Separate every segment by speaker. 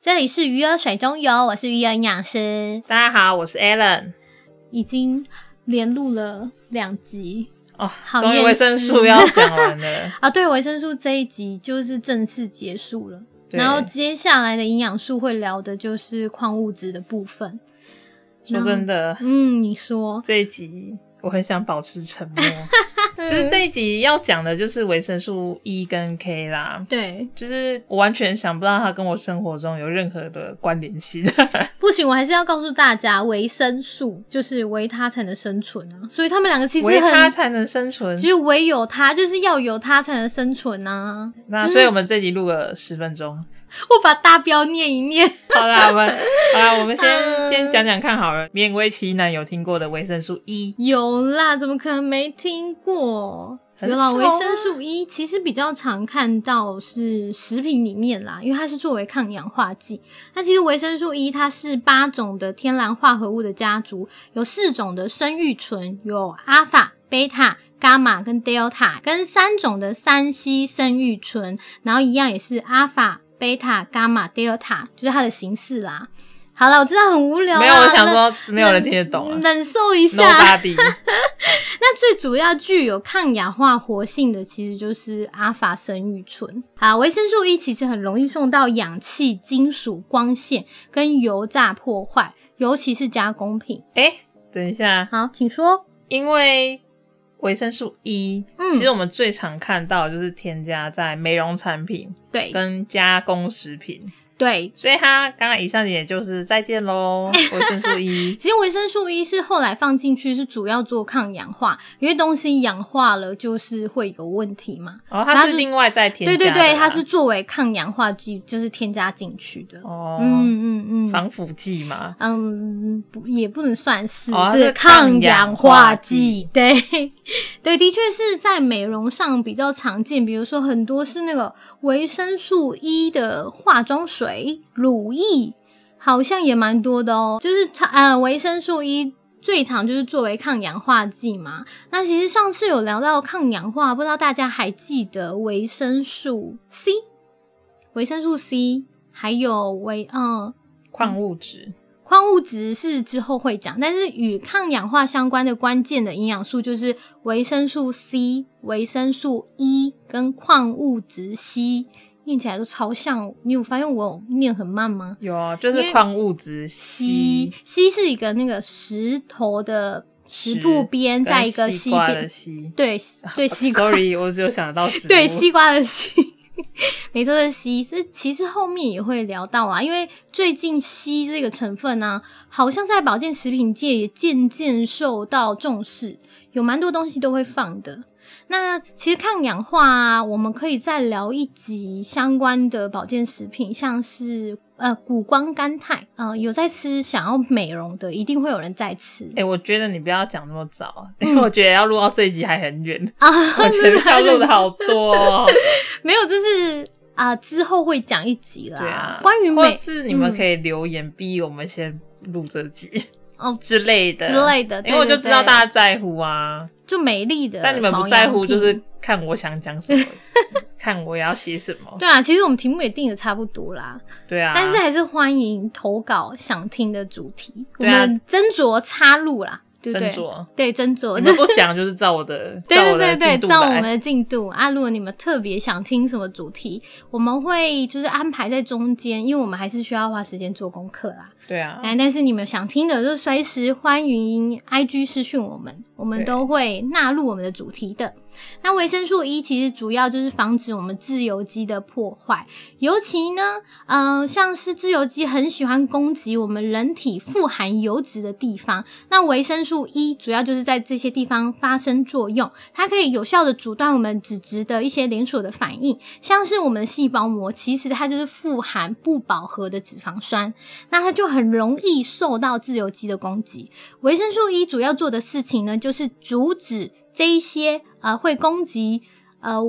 Speaker 1: 这里是鱼儿水中游，我是鱼儿营养师，
Speaker 2: 大家好，我是 Alan。
Speaker 1: 已经连录了两集
Speaker 2: 哦，
Speaker 1: 好
Speaker 2: 终于
Speaker 1: 厌
Speaker 2: 维生
Speaker 1: 世
Speaker 2: 素要讲完了
Speaker 1: ，啊。对，维生素这一集就是正式结束了，
Speaker 2: 对
Speaker 1: 然后接下来的营养素会聊的就是矿物质的部分。
Speaker 2: 说真的，
Speaker 1: 嗯，你说
Speaker 2: 这一集我很想保持沉 默，就是这一集要讲的就是维生素 E 跟 K 啦。
Speaker 1: 对，
Speaker 2: 就是我完全想不到它跟我生活中有任何的关联性。
Speaker 1: 不行，我还是要告诉大家，维生素就是维他才能生存啊，所以他们两个其实
Speaker 2: 唯它
Speaker 1: 很。
Speaker 2: 才能生存
Speaker 1: 就。是唯有它，就是要有它才能生存啊！
Speaker 2: 那所以我们这集录了十分钟。
Speaker 1: 我把大标念一念，
Speaker 2: 好啦，我们好啦，我
Speaker 1: 嗯
Speaker 2: 们先先讲讲看好了，勉为其难有听过的维生素 E。
Speaker 1: 有啦，怎么可能没听过？有
Speaker 2: 很
Speaker 1: 啦，
Speaker 2: 少
Speaker 1: 维
Speaker 2: 啊
Speaker 1: 生素 E 其实比较常看到是食品里面啦，因为它是作为抗氧化剂。那其实维生素 E 它是八种的天然化合物的家族，有四种的生育醇，有阿法、贝塔、伽马跟 delta，跟三种的三烯生育醇，然后一样也是阿法、贝塔、伽马、德尔塔，就是它的形式啦。好了，我知道很无聊啦，
Speaker 2: 没有，我想
Speaker 1: 啊那
Speaker 2: 说没有人听得懂啊。
Speaker 1: 忍受一下。
Speaker 2: Nobody，
Speaker 1: 那最主要具有抗氧化活性的，其实就是阿法生育醇。啊，维生素 E 其实很容易受到氧气、金属、光线跟油炸破坏，尤其是加工品。
Speaker 2: 哎、等一下，
Speaker 1: 好，请说。
Speaker 2: 因为维生素 E，、
Speaker 1: 嗯
Speaker 2: 其实我们最常看到的就是添加在美容产品
Speaker 1: 对
Speaker 2: 跟加工食品，
Speaker 1: 对，
Speaker 2: 所以它刚刚以上也就是再见 喽，维生素 E。
Speaker 1: 其实维生素 E 是后来放进去，是主要做抗氧化，因为东西氧化了就是会有问题嘛。
Speaker 2: 然哦后它
Speaker 1: 它
Speaker 2: 是
Speaker 1: 是
Speaker 2: 另外再添加
Speaker 1: 对
Speaker 2: 的啊
Speaker 1: 对
Speaker 2: 啦，
Speaker 1: 对，它是作为抗氧化剂，就是添加进去的。
Speaker 2: 哦，
Speaker 1: 嗯嗯嗯，
Speaker 2: 防腐剂嘛，
Speaker 1: 嗯，不也不能算是，
Speaker 2: 哦它
Speaker 1: 是
Speaker 2: 是
Speaker 1: 抗
Speaker 2: 抗
Speaker 1: 氧
Speaker 2: 氧
Speaker 1: 化
Speaker 2: 化
Speaker 1: 剂。 对，对，的确是在美容上比较常见，比如说很多是那个维生素 E 的化妆水、乳液，好像也蛮多的哦。就是常呃，维生素 E 最常就是作为抗氧化剂嘛。那其实上次有聊到抗氧化，不知道大家还记得维生素 C、维生素 C 还有维嗯。
Speaker 2: 矿物质。
Speaker 1: 矿物质是之后会讲，但是与抗氧化相关的关键的营养素就是维生素 C、维生素 E 跟矿物质硒，念起来都超像。你有发现我有念很慢吗？
Speaker 2: 有啊，就
Speaker 1: 因为
Speaker 2: 是矿物质
Speaker 1: 硒
Speaker 2: 硒，
Speaker 1: 硒是一个那个石头的石
Speaker 2: 石
Speaker 1: 部边，
Speaker 2: 跟
Speaker 1: 在一个
Speaker 2: 西
Speaker 1: 西
Speaker 2: 瓜
Speaker 1: 边
Speaker 2: 的，西。
Speaker 1: 对对 西瓜
Speaker 2: Sorry，我只有想到食物。
Speaker 1: 对，西瓜的西， 没错的西。这其实后面也会聊到啊啦，因为最近硒这个成分呢、好像在保健食品界也渐渐受到重视，有蛮多东西都会放的。那其实抗氧化啊，我们可以再聊一集相关的保健食品，像是呃谷胱甘肽，呃有在吃想要美容的，一定会有人在吃
Speaker 2: 哎、我觉得你不要讲那么早，因
Speaker 1: 嗯
Speaker 2: 为我觉得要录到这一集还很远。
Speaker 1: 啊。
Speaker 2: 我觉得要录的好多、哦，
Speaker 1: 没有，就是啊、之后会讲一集啦。
Speaker 2: 对啊。
Speaker 1: 关于
Speaker 2: 或
Speaker 1: 美
Speaker 2: 是你们可以留言逼我们先录这集
Speaker 1: 哦
Speaker 2: 之类的
Speaker 1: 之类的，
Speaker 2: 因为我就知道大
Speaker 1: 家
Speaker 2: 家在乎啊。
Speaker 1: 就美丽的保养品，
Speaker 2: 但你们不在
Speaker 1: 呃
Speaker 2: 乎，就是看我想 讲什么，看我要写什么。
Speaker 1: 对啊。其实我们题目也定的差不多啦，
Speaker 2: 对啊，
Speaker 1: 但是还是欢迎投稿想听的主题，我
Speaker 2: 对啊
Speaker 1: 们斟酌插入啦，对不
Speaker 2: 斟
Speaker 1: 对？
Speaker 2: 酌。
Speaker 1: 对斟酌，
Speaker 2: 你
Speaker 1: 这
Speaker 2: 们不讲就是照我的，
Speaker 1: 对
Speaker 2: 照 我
Speaker 1: 对
Speaker 2: 的
Speaker 1: 对
Speaker 2: 进
Speaker 1: 对，
Speaker 2: 度
Speaker 1: 照我
Speaker 2: 来
Speaker 1: 们。的进度啊。如果你们特别想听什么主题，我们会就是安排在中间，因为我们还是需要花时间做功课啦。
Speaker 2: 对啊，
Speaker 1: 哎，但是你们想听的，就随时欢迎 IG 私讯我们，我们
Speaker 2: 对
Speaker 1: 都会纳入我们的主题的。那维生素 E 其实主要就是防止我们自由基的破坏，尤其呢，呃，像是自由基很喜欢攻击我们人体富含油脂的地方，那维生素 E 主要就是在这些地方发生作用，它可以有效的阻断我们脂质的一些连锁的反应，像是我们的细胞膜，其实它就是富含不饱和的脂肪酸，那它就很容易受到自由基的攻击。维生素 E 主要做的事情呢，就是阻止这一些呃会攻击呃。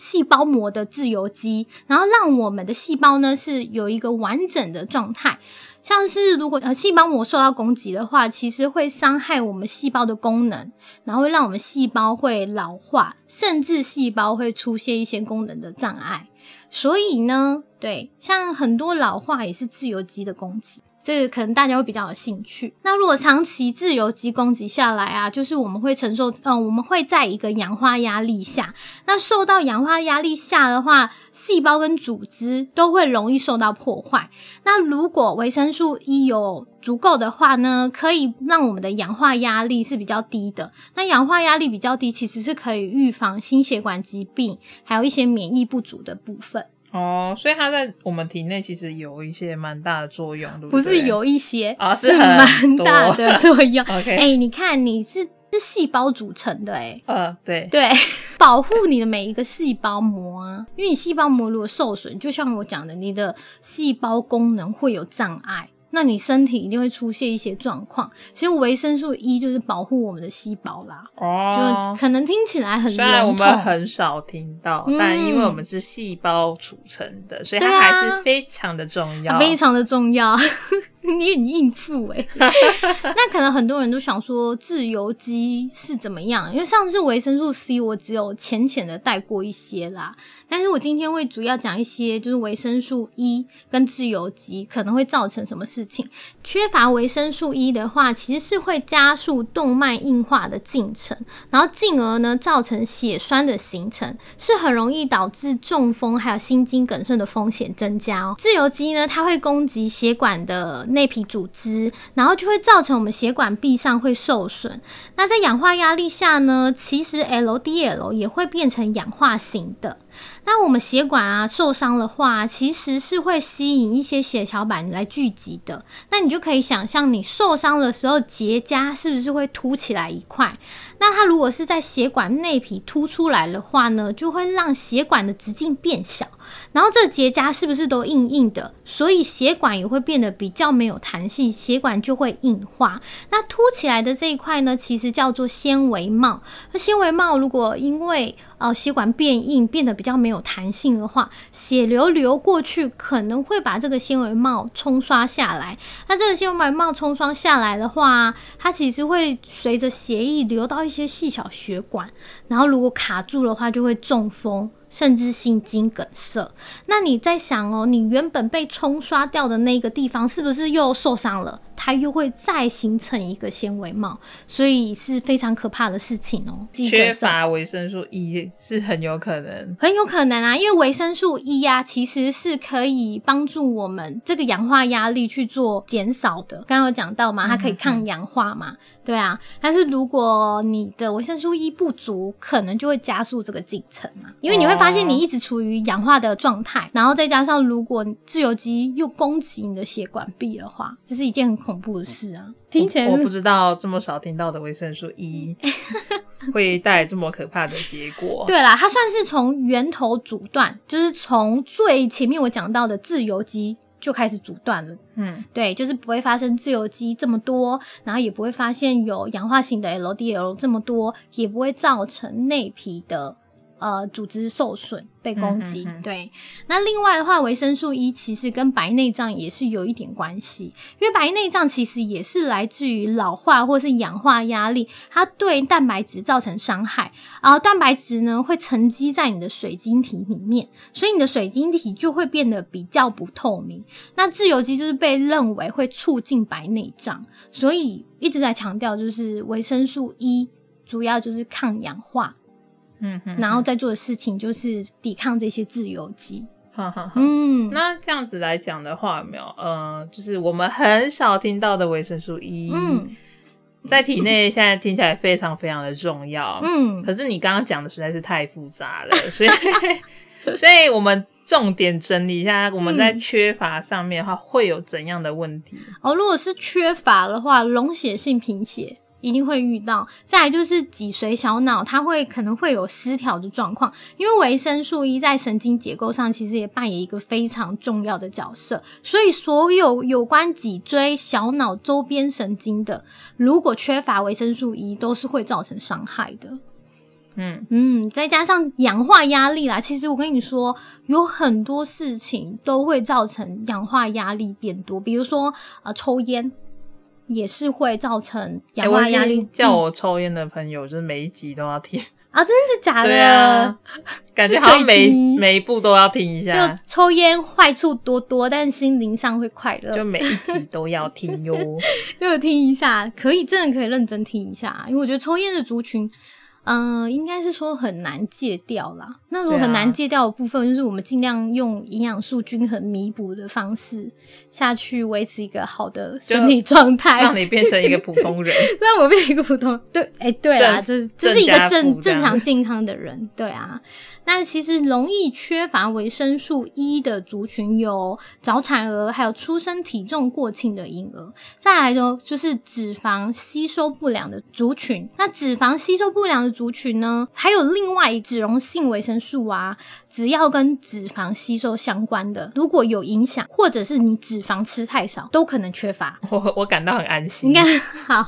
Speaker 1: 细胞膜的自由基，然后让我们的细胞呢是有一个完整的状态，像是如果呃细胞膜受到攻击的话，其实会伤害我们细胞的功能，然后会让我们细胞会老化，甚至细胞会出现一些功能的障碍。所以呢，对，像很多老化也是自由基的攻击。这个可能大家会比较有兴趣。那如果长期自由基攻击下来啊，就是我们会承受，嗯、呃，我们会在一个氧化压力下。那受到氧化压力下的话，细胞跟组织都会容易受到破坏。那如果维生素 E 有足够的话呢，可以让我们的氧化压力是比较低的。那氧化压力比较低，其实是可以预防心血管疾病，还有一些免疫不足的部分。
Speaker 2: 哦，所以它在我们体内其实有一些蛮大的作用，对
Speaker 1: 不
Speaker 2: 对
Speaker 1: 是有一些，
Speaker 2: 啊是
Speaker 1: 是
Speaker 2: 很
Speaker 1: 蛮
Speaker 2: 多
Speaker 1: 大的作用。
Speaker 2: OK，、
Speaker 1: 哎、你看你是是细胞组成的、欸，
Speaker 2: 呃，对，
Speaker 1: 对， 保护你的每一个细胞膜啊，因为你细胞膜如果受损，就像我讲的，你的细胞功能会有障碍，那你身体一定会出现一些状况。其实维生素 E 就是保护我们的细胞啦，
Speaker 2: 哦
Speaker 1: 就，可能听起来很
Speaker 2: 虽然我
Speaker 1: 笼
Speaker 2: 们
Speaker 1: 统，
Speaker 2: 很少听到，
Speaker 1: 嗯
Speaker 2: 但因为我们是细胞组成的，所以
Speaker 1: 对
Speaker 2: 它
Speaker 1: 啊
Speaker 2: 还是非常的重要。
Speaker 1: 非常的重要。 你很应付哎、那可能很多人都想说自由基是怎么样？因为上次维生素 C 我只有浅浅的带过一些啦，但是我今天会主要讲一些就是维生素 E 跟自由基可能会造成什么事情。缺乏维生素 E 的话，其实是会加速动脉硬化的进程，然后进而呢造成血栓的形成，是很容易导致中风还有心肌梗塞的风险增加哦。自由基呢，它会攻击血管的内皮组织，然后就会造成我们血管壁上会受损。那在氧化压力下呢，其实 LDL 也会变成氧化型的。那我们血管啊受伤的话，其实是会吸引一些血小板来聚集的。那你就可以想象，你受伤的时候结痂是不是会凸起来一块？那它如果是在血管内皮凸出来的话呢，就会让血管的直径变小，然后这结痂是不是都硬硬的？所以血管也会变得比较没有弹性，血管就会硬化。那凸起来的这一块呢，其实叫做纤维帽。那纤维帽如果因为呃血管变硬，变得比较没有弹性的话，血流流过去可能会把这个纤维帽冲刷下来。那这个纤维帽冲刷下来的话，啊它其实会随着血液流到一些细小血管，然后如果卡住的话，就会中风。甚至心肌梗塞，那你在想哦，你原本被冲刷掉的那个地方是不是又受伤了？它又会再形成一个纤维帽，所以是非常可怕的事情哦。心肌梗
Speaker 2: 缺
Speaker 1: 塞
Speaker 2: 乏维生素 E 是很有可能。
Speaker 1: 很有可能啊，因为维生素 E 啊，其实是可以帮助我们这个氧化压力去做减少的。刚刚有讲到嘛，它
Speaker 2: 嗯
Speaker 1: 可以抗氧化嘛，对啊。但是如果你的维生素 E 不足，可能就会加速这个进程啊，因为你会发现
Speaker 2: 哦
Speaker 1: 你一直处于氧化的状态，然后再加上如果自由基又攻击你的血管壁的话，这是一件很恐怖的事啊。听起来
Speaker 2: 我不知道这么少听到的维生素 E 会带来这么可怕的结果。
Speaker 1: 对啦，它算是从源头阻断，就是从最前面我讲到的自由基就开始阻断了。
Speaker 2: 嗯，
Speaker 1: 对，就是不会发生自由基这么多，然后也不会发现有氧化型的 LDL 这么多，也不会造成内皮的呃组织受损被攻击。
Speaker 2: 嗯嗯嗯
Speaker 1: 对，那另外的话，维生素 E 其实跟白内障也是有一点关系，因为白内障其实也是来自于老化或是氧化压力，它对蛋白质造成伤害，然后蛋白质呢会沉积在你的水晶体里面，所以你的水晶体就会变得比较不透明。那自由基就是被认为会促进白内障，所以一直在强调就是维生素 E 主要就是抗氧化，
Speaker 2: 嗯哼，
Speaker 1: 然后再做的事情就是抵抗这些自由基。
Speaker 2: 好好好。
Speaker 1: 嗯，
Speaker 2: 那这样子来讲的话，有没有，呃，就是我们很少听到的维生素 E，、
Speaker 1: 嗯
Speaker 2: 在体内现在听起来非常非常的重要。
Speaker 1: 嗯，
Speaker 2: 可是你刚刚讲的实在是太复杂了， 所以所以我们重点整理一下，我们在缺乏上面的话会有怎样的问题？
Speaker 1: 哦，如果是缺乏的话，溶血性贫血一定会遇到。再来就是脊髓小脑，它会可能会有失调的状况，因为维生素 E 在神经结构上其实也扮演一个非常重要的角色，所以所有有关脊椎、小脑周边神经的，如果缺乏维生素 E，都是会造成伤害的。
Speaker 2: 嗯，
Speaker 1: 嗯，再加上氧化压力啦，其实我跟你说，有很多事情都会造成氧化压力变多，比如说呃，抽烟也是会造成
Speaker 2: 哎，
Speaker 1: 氧
Speaker 2: 我
Speaker 1: 化
Speaker 2: 已
Speaker 1: 压力。
Speaker 2: 哎经叫
Speaker 1: 嗯
Speaker 2: 我抽烟的朋友，就是每一集都要听，
Speaker 1: 啊，真的假的？
Speaker 2: 对啊，感觉好像
Speaker 1: 是
Speaker 2: 每
Speaker 1: 可以听
Speaker 2: 每一步都要听一下
Speaker 1: 就，抽烟坏处多多，但心灵上会快乐。
Speaker 2: 就每一集都要听 哟。
Speaker 1: 就听一下，可以真的可以认真听一下，因为我觉得抽烟的族群，嗯、应该是说很难戒掉啦。那如果
Speaker 2: 对啊
Speaker 1: 很难戒掉的部分，就是我们尽量用营养素均衡弥补的方式下去维持一个好的身体状态，
Speaker 2: 让你变成一个普通人，
Speaker 1: 让我变成一个普通对，哎、 对啊，这这是一个
Speaker 2: 正家
Speaker 1: 正
Speaker 2: 福这
Speaker 1: 正
Speaker 2: 样
Speaker 1: 常健康的人， 对啊。那其实容易缺乏维生素 E 的族群有早产儿，还有出生体重过轻的婴儿。再来呢，就是脂肪吸收不良的族群。那脂肪吸收不良的族群呢，还有另外脂溶性维生素啊，只要跟脂肪吸收相关的，如果有影响，或者是你脂肪吃太少，都可能缺乏。
Speaker 2: 我我感到很安心。
Speaker 1: 应该好，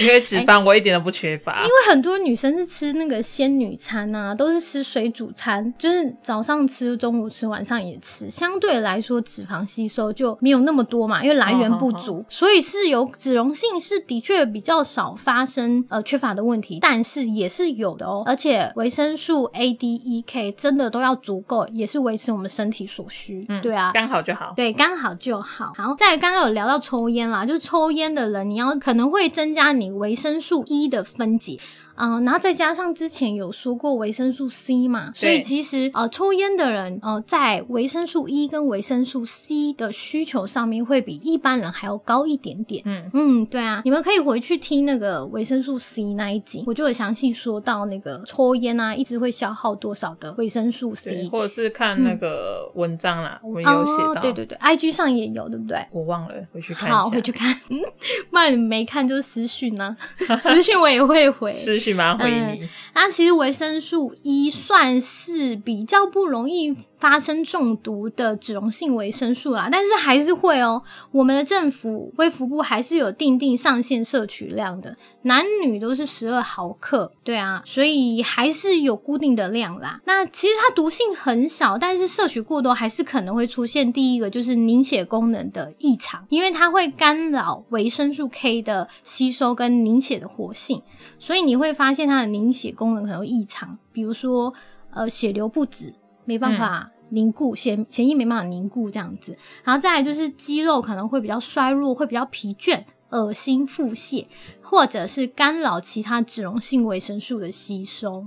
Speaker 2: 因为脂肪我一点都不缺乏，因为
Speaker 1: 因为很多女生是吃那个仙女餐啊，都是吃水煮餐，就是早上吃、中午吃、晚上也吃。相对来说，脂肪吸收就没有那么多嘛，因为来源不足，所以是有脂溶性是的确比较少发生呃缺乏的问题，但是也是有的哦。而且维生素 A、D、E、K 真的都要足够，也是维持我们身体所需。
Speaker 2: 嗯
Speaker 1: 对啊，
Speaker 2: 刚好就好。
Speaker 1: 对，刚好就好。好，再来刚刚有聊到抽烟啦，就是抽烟的人，你要可能会增加你维生素 E 的分解。嗯、然后再加上之前有说过维生素 C 嘛，所以
Speaker 2: 对
Speaker 1: 其实呃，抽烟的人呃，在维生素 E 跟维生素 C 的需求上面会比一般人还要高一点点。
Speaker 2: 嗯
Speaker 1: 嗯，对啊，你们可以回去听那个维生素 C 那一集，我就有详细说到那个抽烟啊，一直会消耗多少的维生素
Speaker 2: 对，
Speaker 1: C。
Speaker 2: 或者是看那个文章啦，我们有写
Speaker 1: 嗯哦
Speaker 2: 到，，
Speaker 1: 对对对，IG 上也有，对不对？
Speaker 2: 我忘了，回去看一下。
Speaker 1: 好，回去看。 不然你没看就是私讯 呢、私讯我也会回。
Speaker 2: 失去马上回你，
Speaker 1: 那其实维生素 E 算是比较不容易发生中毒的脂溶性维生素啦，但是还是会哦。我们的政府卫福部还是有定定上限摄取量的，男女都是十二毫克，对啊，所以还是有固定的量啦。那其实它毒性很少，但是摄取过多还是可能会出现第一个就是凝血功能的异常，因为它会干扰维生素 K 的吸收跟凝血的活性。所以你会发现它的凝血功能可能会异常，比如说呃血流不止，没办法凝固，血血液没办法凝固这样子。然后再来就是肌肉可能会比较衰弱，会比较疲倦、恶心、腹泻，或者是干扰其他脂溶性维生素的吸收。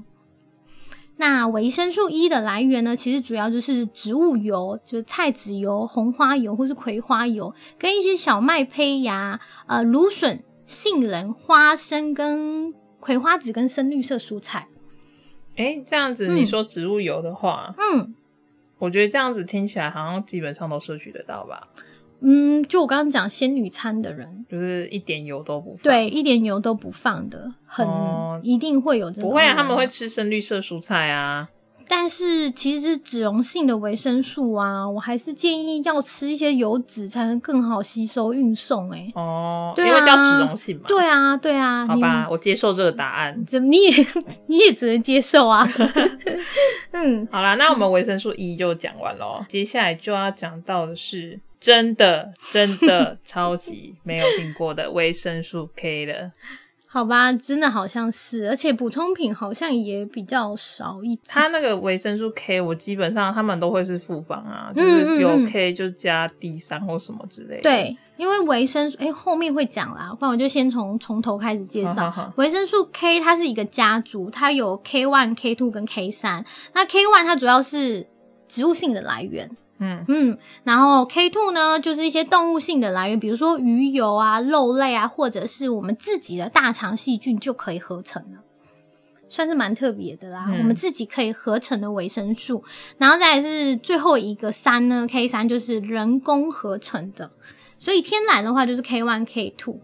Speaker 1: 那维生素 E 的来源呢，其实主要就是植物油，就是菜籽油、红花油或是葵花油，跟一些小麦胚芽、呃芦笋、杏仁、花生跟葵花籽跟深绿色蔬菜。
Speaker 2: 哎、这样子
Speaker 1: 嗯
Speaker 2: 你说植物油的话，
Speaker 1: 嗯
Speaker 2: 我觉得这样子听起来好像基本上都摄取得到吧，
Speaker 1: 嗯，就我刚刚讲仙女餐的人，
Speaker 2: 就是一点油都不放。
Speaker 1: 对，一点油都不放的，很、
Speaker 2: 哦
Speaker 1: 一定会有这种。
Speaker 2: 不会啊，他们会。吃深绿色蔬菜啊。
Speaker 1: 但是其实脂溶性的维生素啊，我还是建议要吃一些油脂才能更好吸收运送、欸。
Speaker 2: 哦，
Speaker 1: 对啊
Speaker 2: 因为叫脂溶性嘛。，
Speaker 1: 对啊，对啊，
Speaker 2: 好
Speaker 1: 你
Speaker 2: 吧，我接受这个答案。
Speaker 1: 怎么你也 你也只能接受啊？ 嗯，
Speaker 2: 好啦，那我们维生素 E 就讲完喽，接下来就要讲到的是真的真的超级没有听过的维生素 K 了。
Speaker 1: 好吧，真的好像是，而且补充品好像也比较少一点。
Speaker 2: 它那个维生素 K，我基本上他们都会是复方啊，就
Speaker 1: 嗯
Speaker 2: 是有
Speaker 1: 嗯嗯
Speaker 2: K 就是加 D 三或什么之类的。
Speaker 1: 对，因为维生素，哎、后面会讲啦，不然我就先从从头开始介
Speaker 2: 嗯好，好
Speaker 1: 绍。
Speaker 2: 好，
Speaker 1: 维生素 K 它是一个家族，它有 K one、K two 跟 K 三。那 K one 它主要是植物性的来源，
Speaker 2: 嗯，
Speaker 1: 嗯，然后 K two 呢就是一些动物性的来源，比如说鱼油啊、肉类啊，或者是我们自己的大肠细菌就可以合成了。算是蛮特别的啦，
Speaker 2: 嗯
Speaker 1: 我们自己可以合成的维生素，然后再来是最后一个三呢，K 三就是人工合成的，所以天然的话就是 K one K two，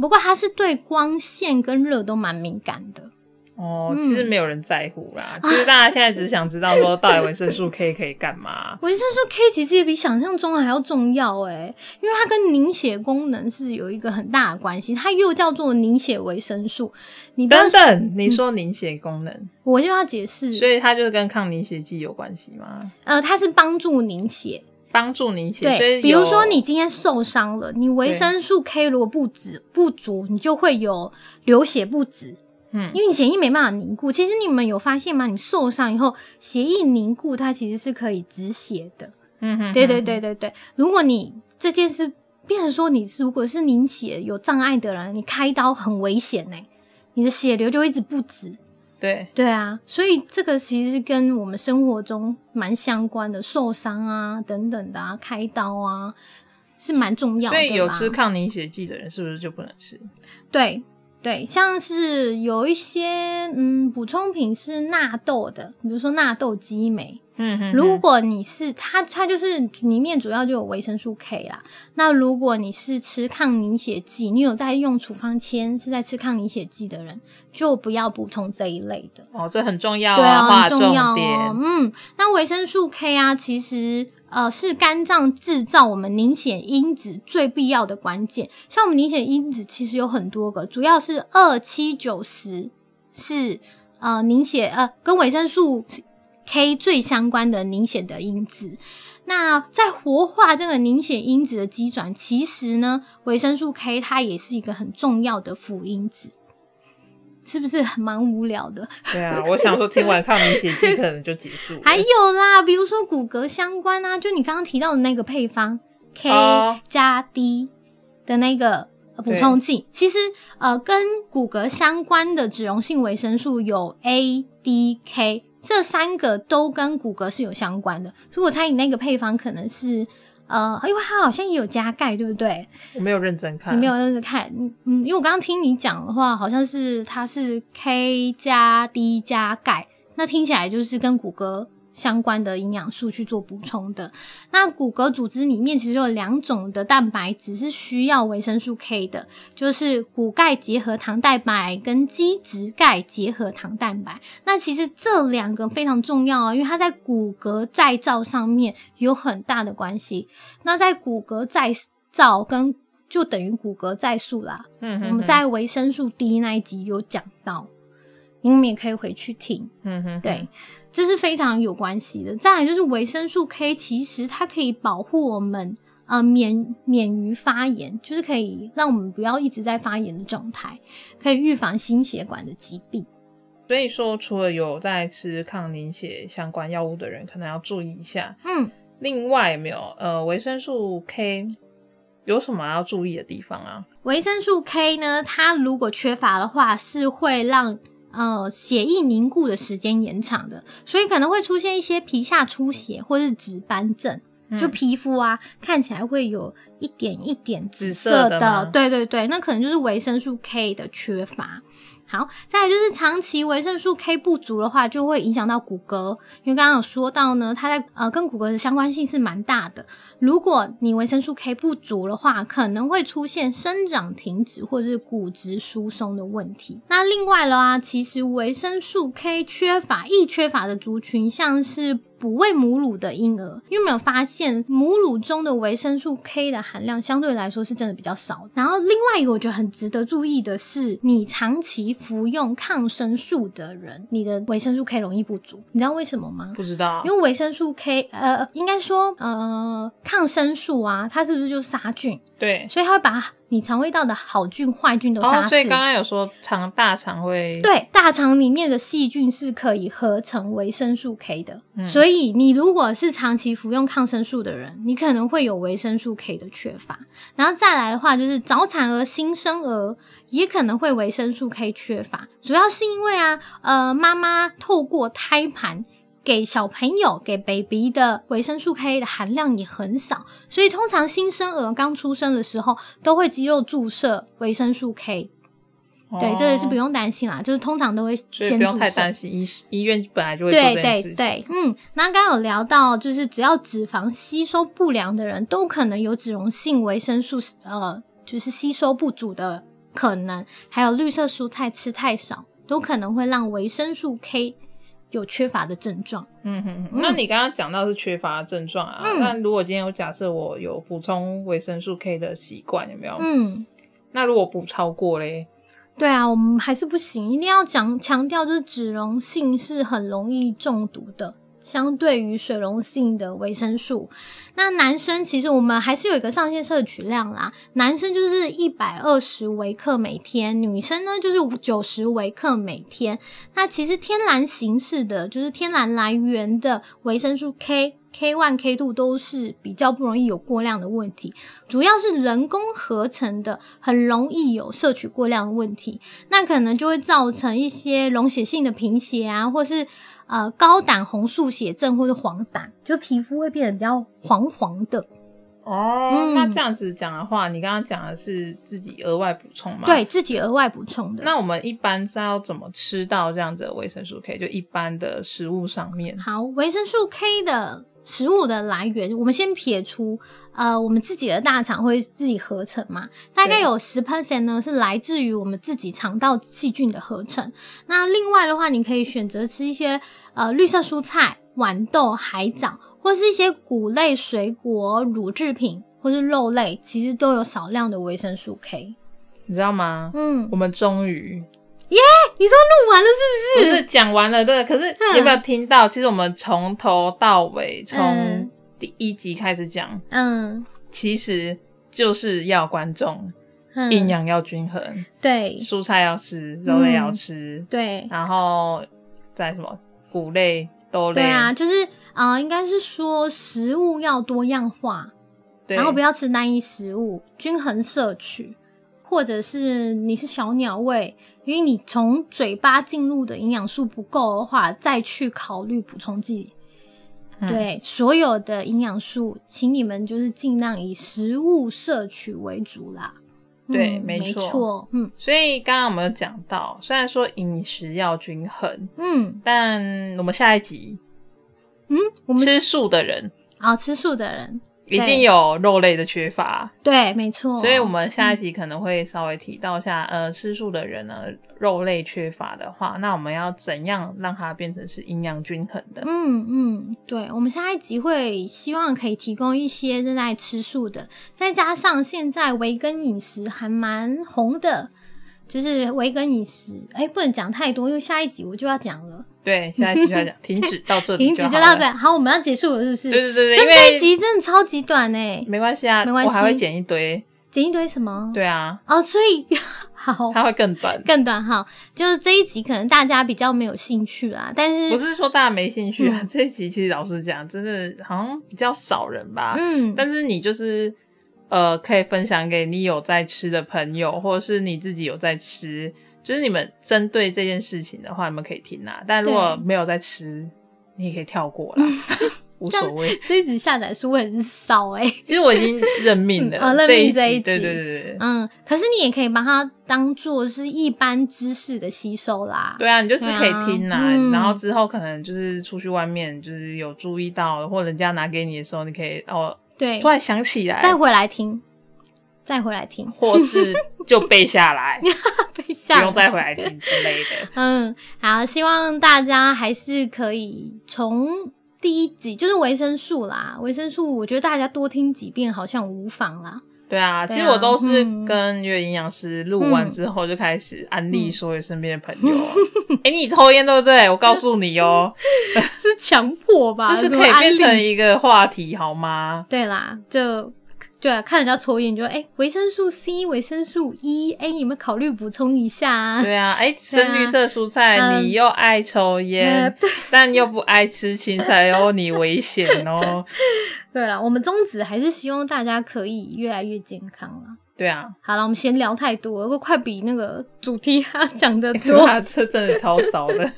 Speaker 1: 不过它是对光线跟热都蛮敏感的，
Speaker 2: 哦，
Speaker 1: 嗯。
Speaker 2: 其实没有人在乎啦，就是大家现在只想知道说到底维生素 K 可以干嘛
Speaker 1: 维生素 K 其实也比想象中还要重要诶、因为它跟凝血功能是有一个很大的关系，它又叫做凝血维生素。 你不要嗯
Speaker 2: 等，等，你说凝血功能，
Speaker 1: 我就要解释
Speaker 2: 所，以它就是跟抗凝血剂有关系吗？
Speaker 1: 呃，它是帮助凝血。
Speaker 2: 帮助凝血，所以
Speaker 1: 对，
Speaker 2: 有
Speaker 1: 比如说你今天受伤了，你维生素 K 如果不止不足，你就会有流血不止，
Speaker 2: 嗯
Speaker 1: 因为你血液没办法凝固。其实你们有发现吗？你受伤以后，血液凝固它其实是可以止血的。
Speaker 2: 嗯哼，
Speaker 1: 对对对对对，如果你这件事变成说你是如果是凝血有障碍的人，你开刀很危险呢、你的血流就会一直不止。
Speaker 2: 对，
Speaker 1: 对啊，所以这个其实是跟我们生活中蛮相关的，受伤啊等等的啊，开刀啊是蛮重要的
Speaker 2: 所
Speaker 1: 啦。
Speaker 2: 以有吃抗凝血剂的人是不是就不能吃？
Speaker 1: 对对，像是有一些嗯补充品是纳豆的，比如说纳豆激酶，
Speaker 2: 嗯哼
Speaker 1: 如果你是它，它就是里面主要就有维生素 K 啦。那如果你是吃抗凝血剂，你有在用处方签，是在吃抗凝血剂的人，就不要补充这一类的。
Speaker 2: 哦，这很重要
Speaker 1: 对啊，
Speaker 2: 划
Speaker 1: 很
Speaker 2: 重
Speaker 1: 重要哦
Speaker 2: 点。。
Speaker 1: 嗯，那维生素 K 啊，其实呃是肝脏制造我们凝血因子最必要的关键。像我们凝血因子其实有很多个，主要是二七九十是呃凝血呃跟维生素 K 最相关的凝血的因子。那在活化这个凝血因子的机转，其实呢，维生素 K 它也是一个很重要的辅因子，是不是很蛮无聊的？
Speaker 2: 对啊，我想说听完抗凝血剂可能就结束了。
Speaker 1: 还有啦，比如说骨骼相关啊，就你刚刚提到的那个配方 K
Speaker 2: 哦
Speaker 1: 加 D 的那个呃补
Speaker 2: 对
Speaker 1: 充剂，其实呃跟骨骼相关的脂溶性维生素有 A、D、K 这三个都跟骨骼是有相关的，所以我猜你那个配方可能是。呃，因为它好像也有加钙，对不对？
Speaker 2: 我没有认真看，
Speaker 1: 你没有认真看，嗯嗯，因为我刚刚听你讲的话，好像是它是 K 加 D 加钙，那听起来就是跟骨骼相关的营养素去做补充的。那骨骼组织里面其实有两种的蛋白质是需要维生素 K 的，就是骨钙结合糖蛋白跟基质钙结合糖蛋白。那其实这两个非常重要啊，因为它在骨骼再造上面有很大的关系。那在骨骼再造跟就等于骨骼再塑啦。
Speaker 2: 嗯哼哼，
Speaker 1: 我们在维生素 D 那一集有讲到，你们也可以回去听。
Speaker 2: 嗯哼哼
Speaker 1: 对，这是非常有关系的。再来就是维生素 K，其实它可以保护我们呃免免于发炎，就是可以让我们不要一直在发炎的状态，可以预防心血管的疾病。
Speaker 2: 所以说，除了有在吃抗凝血相关药物的人，可能要注意一下。
Speaker 1: 嗯，
Speaker 2: 另外，有没有呃维生素 K 有什么要注意的地方啊？
Speaker 1: 维生素 K 呢，它如果缺乏的话，是会让呃血液凝固的时间延长的，所以可能会出现一些皮下出血或是紫斑症。
Speaker 2: 嗯
Speaker 1: 就皮肤啊，看起来会有一点一点紫色
Speaker 2: 紫色的吗
Speaker 1: 对对对，那可能就是维生素 K 的缺乏。好，再来就是长期维生素 K 不足的话，就会影响到骨骼，因为刚刚有说到呢，它在呃跟骨骼的相关性是蛮大的。如果你维生素 K 不足的话，可能会出现生长停止或是骨质疏松的问题。那另外了啊，其实维生素 K 缺乏易缺乏的族群，像是哺喂母乳的婴儿，因为有没有发现母乳中的维生素 K 的含量相对来说是真的比较少。然后另外一个我觉得很值得注意的是，你长期服用抗生素的人，你的维生素 K 容易不足，你知道为什么吗？
Speaker 2: 不知道
Speaker 1: 因，为维生素 K，呃，应该说，呃，抗生素啊，它是不是就是杀菌？
Speaker 2: 对。
Speaker 1: 所以它会把你肠胃道的好菌、坏菌都杀
Speaker 2: 哦，
Speaker 1: 死。
Speaker 2: 所以刚刚有说肠大肠会，
Speaker 1: 对，大肠里面的细菌是可以合成维生素 K 的，所以你如果是长期服用抗生素的人，你可能会有维生素 K 的缺乏。然后再来的话，就是早产儿、新生儿也可能会维生素 K 缺乏，主要是因为啊，呃，妈妈透过胎盘。给小朋友、给 baby 的维生素 K 的含量也很少，所以通常新生儿刚出生的时候都会肌肉注射维生素 K，
Speaker 2: 哦
Speaker 1: 对，这个是不，用担心啦，就是通常都会
Speaker 2: 所以
Speaker 1: 先
Speaker 2: 不用
Speaker 1: 注
Speaker 2: 太
Speaker 1: 射
Speaker 2: 担心，医医院本来就会做
Speaker 1: 对
Speaker 2: 这件
Speaker 1: 对
Speaker 2: 事情。
Speaker 1: 对，嗯，那刚刚有聊到，就是只要脂肪吸收不良的人，都可能有脂溶性维生素，呃，就是吸收不足的可能，还有绿色蔬菜吃太少，都可能会让维生素 K 有缺乏的症状。
Speaker 2: 嗯哼哼，那你刚刚讲到是缺乏症状啊，
Speaker 1: 嗯
Speaker 2: 那如果今天我假设我有补充维生素 K 的习惯，有没有？
Speaker 1: 嗯，
Speaker 2: 那如果补超过嘞，
Speaker 1: 对啊，我们还是不行，一定要讲强调，就是脂溶性是很容易中毒的。相对于水溶性的维生素。那男生其实我们还是有一个上限摄取量啦，男生就是一百二十微克每天，女生呢就是九十微克每天。那其实天然形式的，就是天然来源的维生素 K。K one、K two 都是比较不容易有过量的问题，主要是人工合成的，很容易有摄取过量的问题，那可能就会造成一些溶血性的贫血啊，或是呃高胆红素血症或者黄疸，就皮肤会变得比较黄黄的。
Speaker 2: 哦，
Speaker 1: 嗯
Speaker 2: 那这样子讲的话，你刚刚讲的是自己额外补充嘛？。
Speaker 1: 对自己额外补充的。
Speaker 2: 那我们一般是要怎么吃到这样子的维生素 K？就一般的食物上面。
Speaker 1: 好，维生素 K 的食物的来源，我们先撇除呃，我们自己的大厂会自己合成嘛，大概
Speaker 2: 对
Speaker 1: 有十 percent 呢是来自于我们自己肠道细菌的合成。那另外的话，你可以选择吃一些呃绿色蔬菜、豌豆、海藻，或是一些谷类水果、乳制品或是肉类，其实都有少量的维生素 K。
Speaker 2: 你知道吗？
Speaker 1: 嗯，
Speaker 2: 我们终于
Speaker 1: 录完了是
Speaker 2: 不
Speaker 1: 不是？
Speaker 2: 是讲完了，对。可是
Speaker 1: 嗯
Speaker 2: 你有没有听到？其实我们从头到尾，从
Speaker 1: 嗯
Speaker 2: 第一集开始讲，
Speaker 1: 嗯，
Speaker 2: 其实就是要观众
Speaker 1: 嗯
Speaker 2: 营养要均衡，
Speaker 1: 对
Speaker 2: 蔬菜要吃，肉类要吃，
Speaker 1: 对，
Speaker 2: 然后再什么谷类、豆类，
Speaker 1: 对啊，就是啊、呃应该是说食物要多样化，
Speaker 2: 对，
Speaker 1: 然后不要吃单一食物，均衡摄取，或者是你是小鸟胃，因为你从嘴巴进入的营养素不够的话，再去考虑补充剂。
Speaker 2: 嗯
Speaker 1: 对，所有的营养素，请你们就是尽量以食物摄取为主啦。
Speaker 2: 对
Speaker 1: 嗯
Speaker 2: 没
Speaker 1: 没
Speaker 2: 错
Speaker 1: 错，嗯
Speaker 2: 所以刚刚我们有讲到，虽然说饮食要均衡，
Speaker 1: 嗯
Speaker 2: 但我们下一集
Speaker 1: 嗯，我们
Speaker 2: 吃素的人
Speaker 1: 啊、吃素的人，
Speaker 2: 一定有肉类的缺乏，
Speaker 1: 对，没错，
Speaker 2: 所以我们下一集可能会稍微提到一下，呃，吃素的人呢，肉类缺乏的话，那我们要怎样让它变成是营养均衡的？
Speaker 1: 嗯嗯，对，我们下一集会希望可以提供一些正在吃素的，再加上现在维根饮食还蛮红的，就是维根饮食，哎，不能讲太多，因为下一集我就要讲了，
Speaker 2: 对，下一集就要讲停止到这 里，
Speaker 1: 停止就到这。好，我们要结束了，是不是？
Speaker 2: 对对对
Speaker 1: 可
Speaker 2: 对，
Speaker 1: 是
Speaker 2: 因
Speaker 1: 这一
Speaker 2: 为
Speaker 1: 集真的超级短哎，
Speaker 2: 没关系啊，
Speaker 1: 没关系
Speaker 2: 我还会剪一堆。
Speaker 1: 剪一堆什么？
Speaker 2: 对啊，
Speaker 1: 哦，所以好
Speaker 2: 它会更短。
Speaker 1: 更短哈，就是这一集可能大家比较没有兴趣啦，但
Speaker 2: 不
Speaker 1: 是嗯
Speaker 2: 是说大家没兴趣啊，这一集其实老实讲，真的好像比较少人吧。
Speaker 1: 嗯，
Speaker 2: 啊但是你就是呃，可以分享给你有在吃的朋友，或者是你自己有在吃，就是你们针对这件事情的话，你们可以听啊。但如果没有在吃，你也可以跳过 啦，无所谓。
Speaker 1: 这一集下载数会很少哎、
Speaker 2: 其实我已经认命了，
Speaker 1: 嗯哦认
Speaker 2: 这一
Speaker 1: 命这一
Speaker 2: 集，对
Speaker 1: 集
Speaker 2: 对对对。
Speaker 1: 嗯，可是你也可以把它当做是一般知识的吸收啦。
Speaker 2: 对啊，你就是可以听啦、
Speaker 1: 对啊嗯
Speaker 2: 然后之后可能就是出去外面，就是有注意到，或人家拿给你的时候，你可以哦，
Speaker 1: 对
Speaker 2: 突然想起来，
Speaker 1: 再回来听，再回来听，
Speaker 2: 或是就背下来，
Speaker 1: 被吓
Speaker 2: 不
Speaker 1: 了
Speaker 2: 用再回来听之类的。
Speaker 1: 嗯，好，希望大家还是可以从第一集，就是维生素啦，维生素，我觉得大家多听几遍好像无妨啦。
Speaker 2: 对啊，
Speaker 1: 对
Speaker 2: 其实我
Speaker 1: 啊
Speaker 2: 都是
Speaker 1: 嗯
Speaker 2: 跟月营养师录完之后就开始安利所有身边的朋 友啊。哎、你抽烟对不对？我告诉你哦，
Speaker 1: 是强迫吧
Speaker 2: 这是可以变成一个话题好吗？
Speaker 1: 对啦，就对啊，看人家抽烟，你就哎，维、生素 C、维生素 E，哎、你们考虑补充一下啊。
Speaker 2: 对啊，哎、深绿色蔬菜，
Speaker 1: 嗯
Speaker 2: 你又爱抽烟，
Speaker 1: 呃对
Speaker 2: 但又不爱吃青 菜哦，你危险哦。
Speaker 1: 对了，我们宗旨还是希望大家可以越来越健康啦。
Speaker 2: 对啊，
Speaker 1: 好了，我们闲聊太多了，都快比那个主题他讲的
Speaker 2: 对
Speaker 1: 多。
Speaker 2: 啊，这真的超骚 的。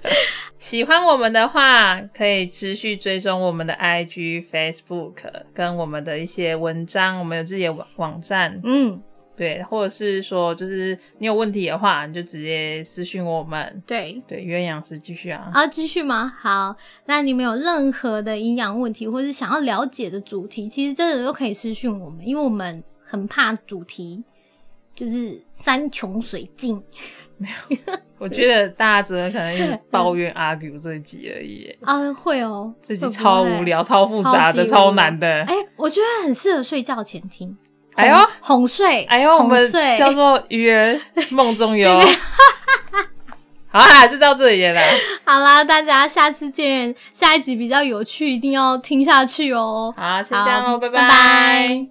Speaker 2: 喜欢我们的话，可以持续追踪我们的 IG、Facebook，跟我们的一些文章，我们有自己的网网站，
Speaker 1: 嗯，
Speaker 2: 对，或者是说，就是你有问题的话，你就直接私讯我们。
Speaker 1: 对。
Speaker 2: 对，鸳鸯师继续啊，
Speaker 1: 啊，继续吗？好，那你们有任何的营养问题，或是想要了解的主题，其实真的都可以私讯我们，因为我们很怕主题就是山穷水尽。
Speaker 2: 我觉得大家只能可能一直抱怨 argue 这一集而已耶，
Speaker 1: 啊，会哦，
Speaker 2: 这集
Speaker 1: 会不
Speaker 2: 超
Speaker 1: 会
Speaker 2: 无。聊、超复杂
Speaker 1: 超
Speaker 2: 的、
Speaker 1: 级无聊
Speaker 2: 超难的。
Speaker 1: 哎、我觉得很适合睡觉前听。
Speaker 2: 哎呦哎
Speaker 1: 哄，哄睡，
Speaker 2: 哎呦，我
Speaker 1: 哄
Speaker 2: 们
Speaker 1: 睡
Speaker 2: 叫做鱼儿梦中游。好啦，就到这里了啦。
Speaker 1: 好啦，大家下次见，下一集比较有趣，一定要听下去哦。
Speaker 2: 好，先这样喽，
Speaker 1: 拜
Speaker 2: 拜。